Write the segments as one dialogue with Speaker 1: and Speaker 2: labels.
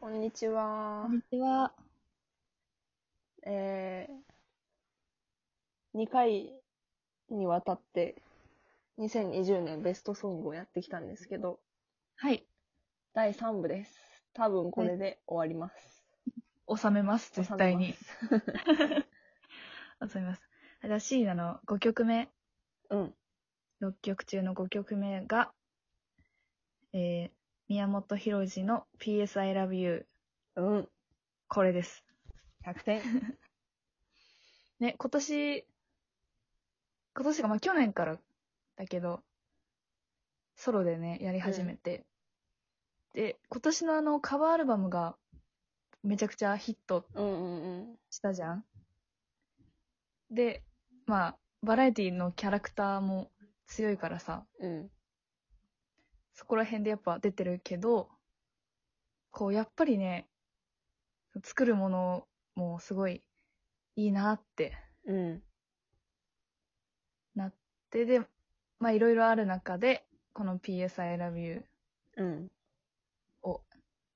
Speaker 1: こんにちは
Speaker 2: こん。にちは。
Speaker 1: えー、2回にわたって、2020年ベストソングをやってきたんですけど、
Speaker 2: はい。
Speaker 1: 第3部です。多分これで終わります。
Speaker 2: 収めます、
Speaker 1: 収めます
Speaker 2: 絶対に。 収めます。じゃあ、シーナの5曲目、
Speaker 1: うん。
Speaker 2: 6曲中の5曲目が、えー、宮本浩次の PS I Love You、
Speaker 1: うん。
Speaker 2: これです。
Speaker 1: 100点。
Speaker 2: ね、今年、今年が、まあ去年からだけど、ソロでね、やり始めて、で、今年のあの、カバーアルバムが、めちゃくちゃヒット
Speaker 1: うんうん
Speaker 2: したじゃん。で、まあ、バラエティのキャラクターも強いからさ、
Speaker 1: うん。うん。
Speaker 2: そこら辺でやっぱ出てるけど、こう、やっぱりね、作るものもすごいいいなって
Speaker 1: うん。
Speaker 2: なって、で、まあいろいろある中で、この PS I Love You
Speaker 1: うん。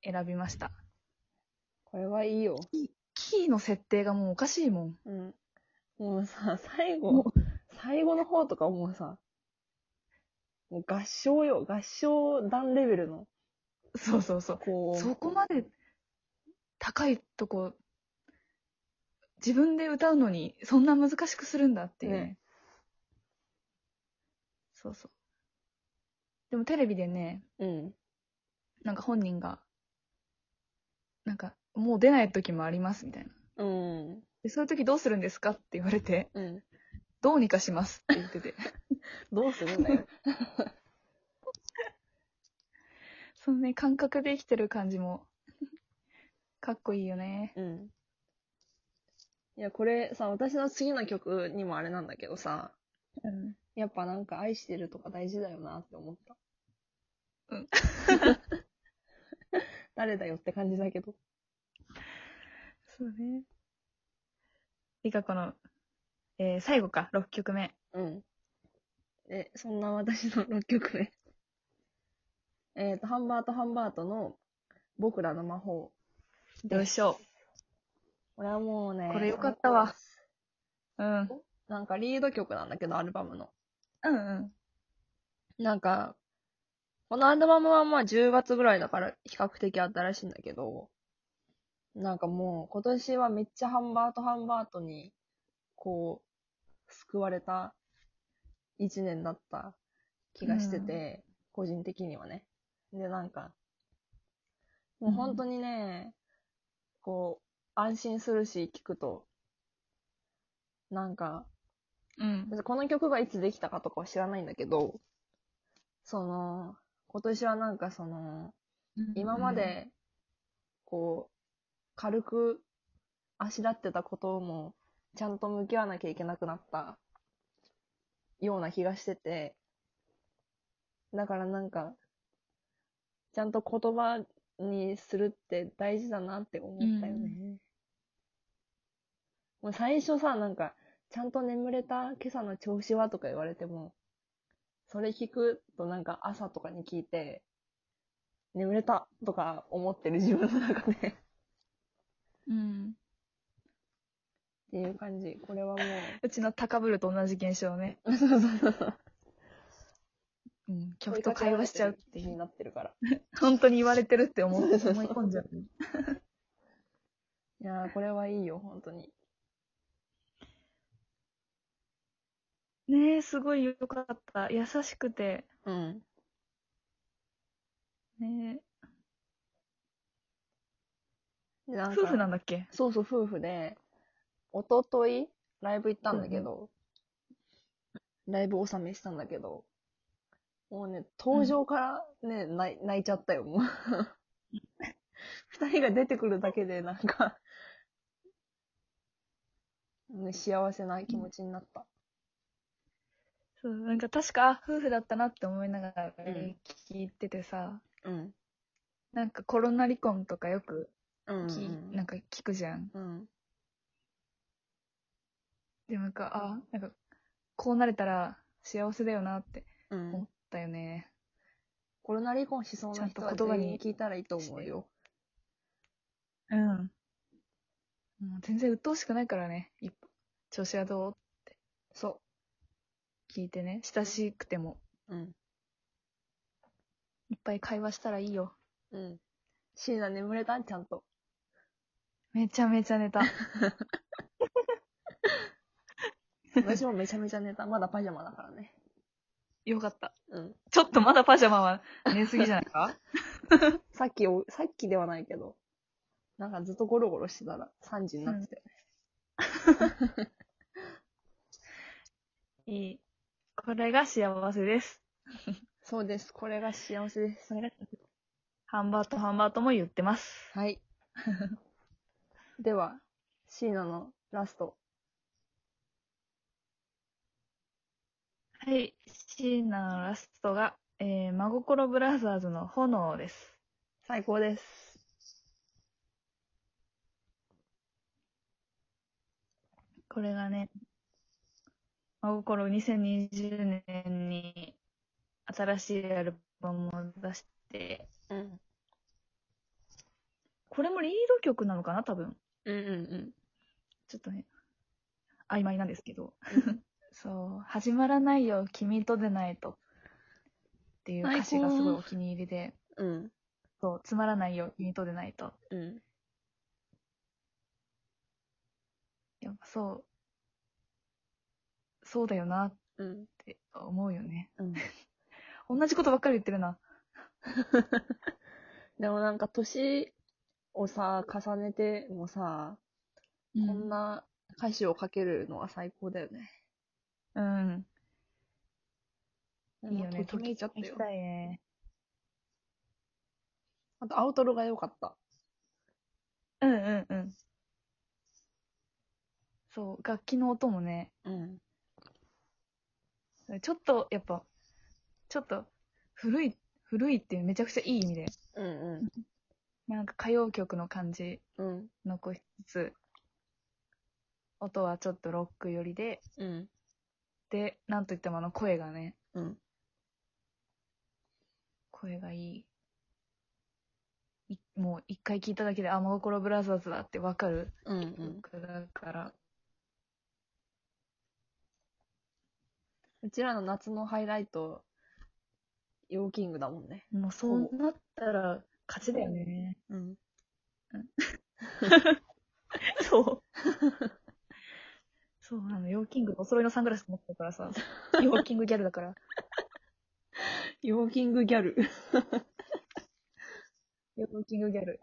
Speaker 2: 選びました。
Speaker 1: これはいいよ。
Speaker 2: キーの設定がもうおかしいもん。
Speaker 1: うん。もうさ、最後、最後の方とかもうさ、もう合唱よ。合唱団レベルの、
Speaker 2: そうそうそう。
Speaker 1: こう。
Speaker 2: そこまで高いとこ、自分で歌うのにそんな難しくするんだっていうね。
Speaker 1: ね
Speaker 2: そうそう。でもテレビでね、
Speaker 1: うん。
Speaker 2: なんか本人が、なんかもう出ない時もありますみたいな。
Speaker 1: うん。
Speaker 2: でそういう時どうするんですかって言われて、
Speaker 1: うん。
Speaker 2: どうにかし ますって言ってて。
Speaker 1: どうするん だよ。
Speaker 2: そのね、感覚で生きてる感じも、 かっこいいよね。
Speaker 1: うん。いや、これさ、私の次の曲にもあれなんだけどさ、
Speaker 2: うん。
Speaker 1: やっぱなんか愛してるとか大事だよなって思った。
Speaker 2: うん。
Speaker 1: 誰だよって感じだけど。
Speaker 2: そうね。リカこの、えー最後か、6曲目。
Speaker 1: うん。え、そんな私の6曲目。えっと、ハンバート・ハンバートの僕らの魔法。
Speaker 2: よいしょ。
Speaker 1: これはもうね、
Speaker 2: これよかったわ。うん。うん
Speaker 1: なんかリード曲なんだけど、アルバムの。
Speaker 2: うん。
Speaker 1: なんか、このアルバムはまあ10月ぐらいだから比較的新しいんだけど、なんかもう今年はめっちゃハンバートハンバートに、こう、救われた一年だった気がしてて、個人的にはね。で、なんか、もう本当にね、こう、安心するし、聞くと、なんか、
Speaker 2: うん。
Speaker 1: 別にこの曲がいつできたかとかは知らないんだけど、その、今年はなんかその、今まで、こう、軽くあしらってたことも、ちゃんと向き合わなきゃいけなくなったような気がしてて、だからなんか、ちゃんと言葉にするって大事だなって思ったよね。もう最初さ、なんか、ちゃんと眠れた今朝の調子はとか言われても、それ聞くとなんか朝とかに聞いて、眠れたとか思ってる自分の中 でっ
Speaker 2: うん。うん。
Speaker 1: ていう感じ。これはも
Speaker 2: うちの高ぶると同じ現象ね。
Speaker 1: う、そうそうそうそう。
Speaker 2: うん。曲と会話しちゃうってい
Speaker 1: 気に
Speaker 2: う。
Speaker 1: なってるから。
Speaker 2: 本当に言われてるって思 う。思い込んじゃう。
Speaker 1: いやー、これはいいよ、本当に。
Speaker 2: ねえ、すごいよかった。優しくて。
Speaker 1: うん。
Speaker 2: ねえ。
Speaker 1: 夫
Speaker 2: 夫婦なんだっけ
Speaker 1: そうそう、夫婦で、おととい、ライブ行ったんだけど、ライブ納めしたんだけど、もうね、登場からね、泣い泣いちゃったよ、もう。 二人が出てくるだけで、なんか、ね、幸せな気持ちになった。
Speaker 2: そう、なんか確か、あ夫婦だったなって思いながら
Speaker 1: うん
Speaker 2: 聞いててさ、
Speaker 1: うん。
Speaker 2: なんかコロナ離婚とかよく
Speaker 1: うん、
Speaker 2: き、なんか聞くじゃん。
Speaker 1: うん。
Speaker 2: でもなんか、あ、なんか、こうなれたら幸せだよなって
Speaker 1: う
Speaker 2: 思
Speaker 1: ん
Speaker 2: っ。たよね。
Speaker 1: コロナ離婚しそうな人は
Speaker 2: ちゃんと言葉
Speaker 1: 全員
Speaker 2: に
Speaker 1: 聞いたらいいと思うよ。
Speaker 2: うん。もう全然鬱陶しくないからね。い調子はどう
Speaker 1: そ
Speaker 2: 聞いてね。親しくても。
Speaker 1: う。うん。
Speaker 2: いっぱい会話したらいいよ。
Speaker 1: うん。シーナ眠れたんちゃんと。
Speaker 2: めちゃめちゃ 寝た。
Speaker 1: 私もめちゃめちゃ寝た。まだパジャマだからね。
Speaker 2: よかった。
Speaker 1: うん。
Speaker 2: ちょっとまだパジャマは寝すぎじゃない か
Speaker 1: さっきお、さっきではないけど、なんかずっとゴロゴロしてたら3時になってて。
Speaker 2: いい。これが幸せです。
Speaker 1: そうです。これが幸せです。
Speaker 2: ハンバートハンバートも言ってます。
Speaker 1: はい。 では、シーナのラスト。
Speaker 2: はい。シーナのラストが、えー、真心ブラザーズの炎です。
Speaker 1: 最高です。
Speaker 2: これがね、真心2020年に新しいアルバムを出して、
Speaker 1: うん。
Speaker 2: これもリード曲なのかな多分。
Speaker 1: うんうんうん。
Speaker 2: ちょっとね、曖昧なんですけど。 そう、始まらないよ、君とでないと。っていう歌詞がすごいお気に入りで、
Speaker 1: うん。
Speaker 2: そう、つまらないよ、君とでないと。
Speaker 1: うん。
Speaker 2: やっぱそう、そうだよなっ
Speaker 1: うん。
Speaker 2: て思うよね。
Speaker 1: うん。
Speaker 2: 同じことばっかり言ってるな。
Speaker 1: でもなんか年をさ、重ねてもさ、こんな歌詞を書けるのは最高だよね。
Speaker 2: うん。いいよ
Speaker 1: も
Speaker 2: ね。
Speaker 1: うときめいちゃった
Speaker 2: とき
Speaker 1: よ
Speaker 2: めき。たいね。
Speaker 1: あとアウトロが良かった。
Speaker 2: うんうんうん。そう、楽器の音もね、
Speaker 1: うん。
Speaker 2: ちょっと、やっぱ、ちょっと、古い、古いってめちゃくちゃいい意味で、
Speaker 1: うん
Speaker 2: なんか歌謡曲の感じ
Speaker 1: うん。うん。
Speaker 2: 残しつつ、音はちょっとロック寄りで、
Speaker 1: うん。
Speaker 2: で、なんといってもあの声がね、
Speaker 1: うん。
Speaker 2: 声がいい。いもう一回聞いただけで、あ、真心ブラザーズだってわかる
Speaker 1: うんうん。
Speaker 2: 曲だから、
Speaker 1: うちらの夏のハイライト、ヨーキングだもんね。
Speaker 2: もうそうなったら勝ちだよね。
Speaker 1: うん。
Speaker 2: そう。 そう、あの、ヨーキング、お揃いのサングラス持ってた からさ、ヨーキングギャルだから、
Speaker 1: ヨーキングギャル。
Speaker 2: ヨーキングギャル。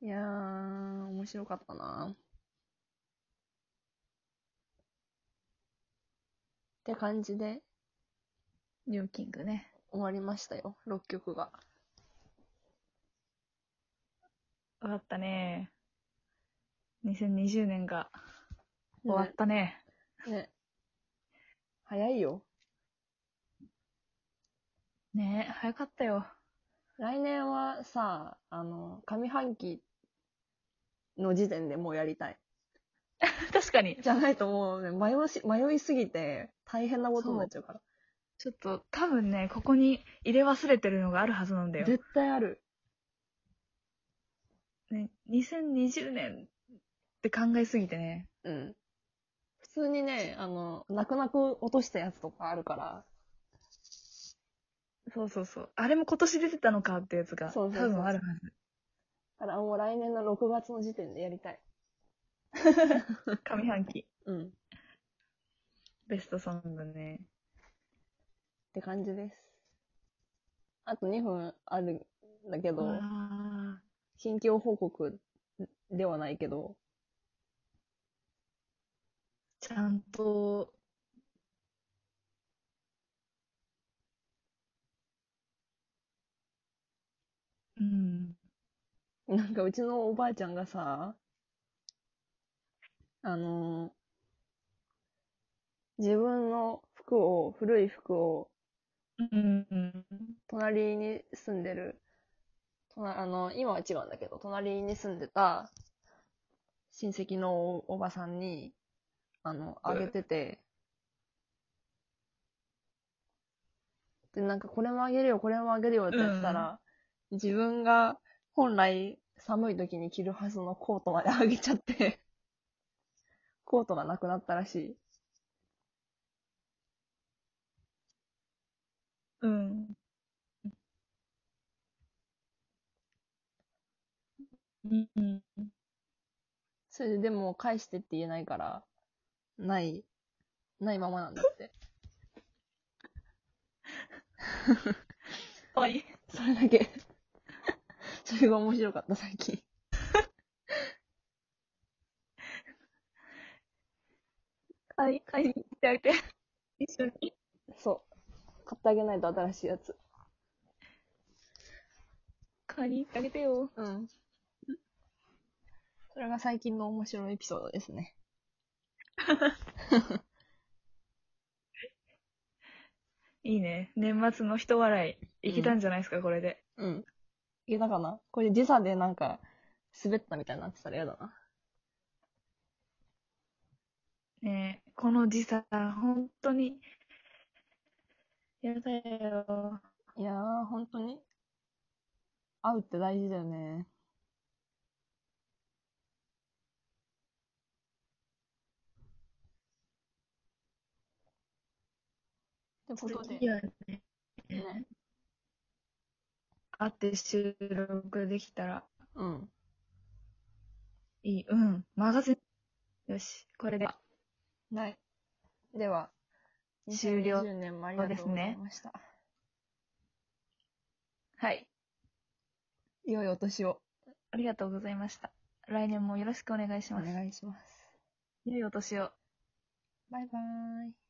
Speaker 1: いやー、面白かったな。って感じで
Speaker 2: ヨーキングね。
Speaker 1: 終わりましたよ、6曲が。
Speaker 2: わかったね。2020年が終わったね。
Speaker 1: ね。早いよ。
Speaker 2: ねえ、早かったよ。
Speaker 1: 来年はさ、あの、上半期の時点でもうやりたい。
Speaker 2: 確かに。
Speaker 1: じゃないともうね、迷いし、迷いすぎて大変なことになっちゃうから。
Speaker 2: ちょっと、多分ね、ここに入れ忘れてるのがあるはずなんだよ。
Speaker 1: 絶対ある。
Speaker 2: ね、2020年って考えすぎてね。
Speaker 1: うん。普通にね、あの、泣く泣く落としたやつとかあるから、
Speaker 2: そうそうそう。あれも今年出てたのかってやつが、
Speaker 1: そうそうそう
Speaker 2: 多分あるはず。
Speaker 1: だからもう来年の6月の時点でやりたい。
Speaker 2: 上半期。
Speaker 1: うん。っ
Speaker 2: ベストソングね。
Speaker 1: て感じです。あと2分あるんだけど、
Speaker 2: わ
Speaker 1: 近況報告ではないけど、
Speaker 2: ーちゃんと、うん。
Speaker 1: なんかうちのおばあちゃんがさ、あのー自分の服を、古い服を、
Speaker 2: うんうん。
Speaker 1: 隣に住んでる、隣あの、今は違うんだけど、隣に住んでた親戚のおおばさんに、あの、あげてて、で、なんかこれもあげるよ、これもあげるよってやったら、自分が本来寒い時に着るはずのコートまであげちゃって、 コートがなくなったらしい。
Speaker 2: うん。うん。
Speaker 1: それででも返してって言えないから、ない、ないままなんだって。
Speaker 2: 終わり。
Speaker 1: それだけ。 それが面白かった、最近。
Speaker 2: はい、買いに行ってあげて。 一緒に。
Speaker 1: そう。買ってあげないと新しいやつ。
Speaker 2: 買いに行ってあげてよ。
Speaker 1: うん。それが最近の面白いエピソードですね。
Speaker 2: いいね。年末の人笑い、いけたんじゃないですか、これで。
Speaker 1: うん。いけたかなこれ時差でなんか、滑ったみたいになってたら嫌だな。
Speaker 2: ねえこの時差、本当に、やだよ。
Speaker 1: いやー、本当に。会うって大事だよね。ってことで
Speaker 2: 次、はね、
Speaker 1: ね。
Speaker 2: 会って収録できたら
Speaker 1: うん。
Speaker 2: いい。うん。マガジン。よし、これで。
Speaker 1: ない。では、
Speaker 2: 終了
Speaker 1: 2020年もありがとうございました。
Speaker 2: はい。
Speaker 1: 良いお年を
Speaker 2: ありがとうございました。来年もよろしくお願いし
Speaker 1: お
Speaker 2: ます。
Speaker 1: 願いします。
Speaker 2: 良いお年を。
Speaker 1: バイバーイ。